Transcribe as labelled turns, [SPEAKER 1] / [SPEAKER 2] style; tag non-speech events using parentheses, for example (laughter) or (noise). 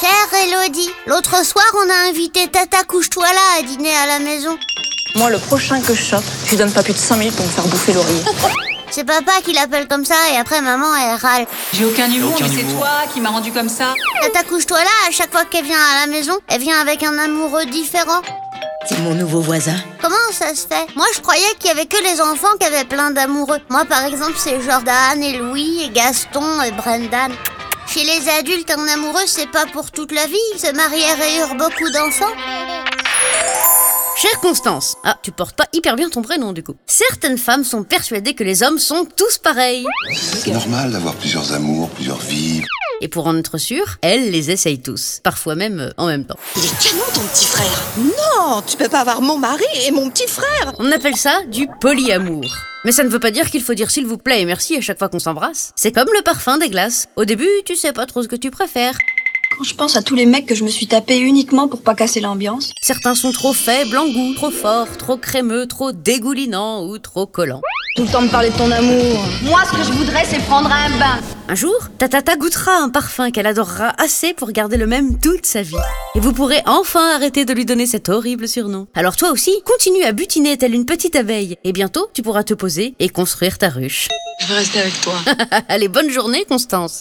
[SPEAKER 1] Chère Elodie, l'autre soir on a invité Tata Couche-toi là à dîner à la maison.
[SPEAKER 2] Moi, le prochain que je chope, je lui donne pas plus de 5 minutes pour me faire bouffer l'oreiller.
[SPEAKER 1] C'est papa qui l'appelle comme ça et après maman elle râle.
[SPEAKER 3] J'ai aucun humour, mais c'est toi qui m'as rendu comme ça.
[SPEAKER 1] Tata Couche-toi là, à chaque fois qu'elle vient à la maison, elle vient avec un amoureux différent.
[SPEAKER 4] C'est mon nouveau voisin.
[SPEAKER 1] Comment ça se fait Moi je croyais qu'il y avait que les enfants qui avaient plein d'amoureux. Moi par exemple c'est Jordan et Louis et Gaston et Brendan. Chez les adultes, un amoureux c'est pas pour toute la vie. Ils se marier et eurent beaucoup d'enfants.
[SPEAKER 5] Chère Constance, ah, tu portes pas hyper bien ton prénom du coup. Certaines femmes sont persuadées que les hommes sont tous pareils.
[SPEAKER 6] C'est normal d'avoir plusieurs amours, plusieurs vies.
[SPEAKER 5] Et pour en être sûre, elles les essayent tous, parfois même euh, en même temps.
[SPEAKER 4] Il est canon ton petit frère. Non, tu peux pas avoir mon mari et mon petit frère.
[SPEAKER 5] On appelle ça du polyamour. Mais ça ne veut pas dire qu'il faut dire s'il vous plaît et merci à chaque fois qu'on s'embrasse. C'est comme le parfum des glaces. Au début, tu sais pas trop ce que tu préfères.
[SPEAKER 2] Quand je pense à tous les mecs que je me suis tapé uniquement pour pas casser l'ambiance,
[SPEAKER 5] Certains sont trop faibles en goût, trop forts, trop crémeux, trop dégoulinants ou trop collants.
[SPEAKER 7] Tout le temps me parler de ton amour. Moi, ce que je voudrais, c'est prendre un bain.
[SPEAKER 5] Un jour, ta tata goûtera un parfum qu'elle adorera assez pour garder le même toute sa vie. Et vous pourrez enfin arrêter de lui donner cet horrible surnom. Alors toi aussi, continue à butiner telle une petite abeille. Et bientôt, tu pourras te poser et construire ta ruche. (laughs)
[SPEAKER 2] je vais rester avec toi.
[SPEAKER 5] Allez, bonne journée, Constance.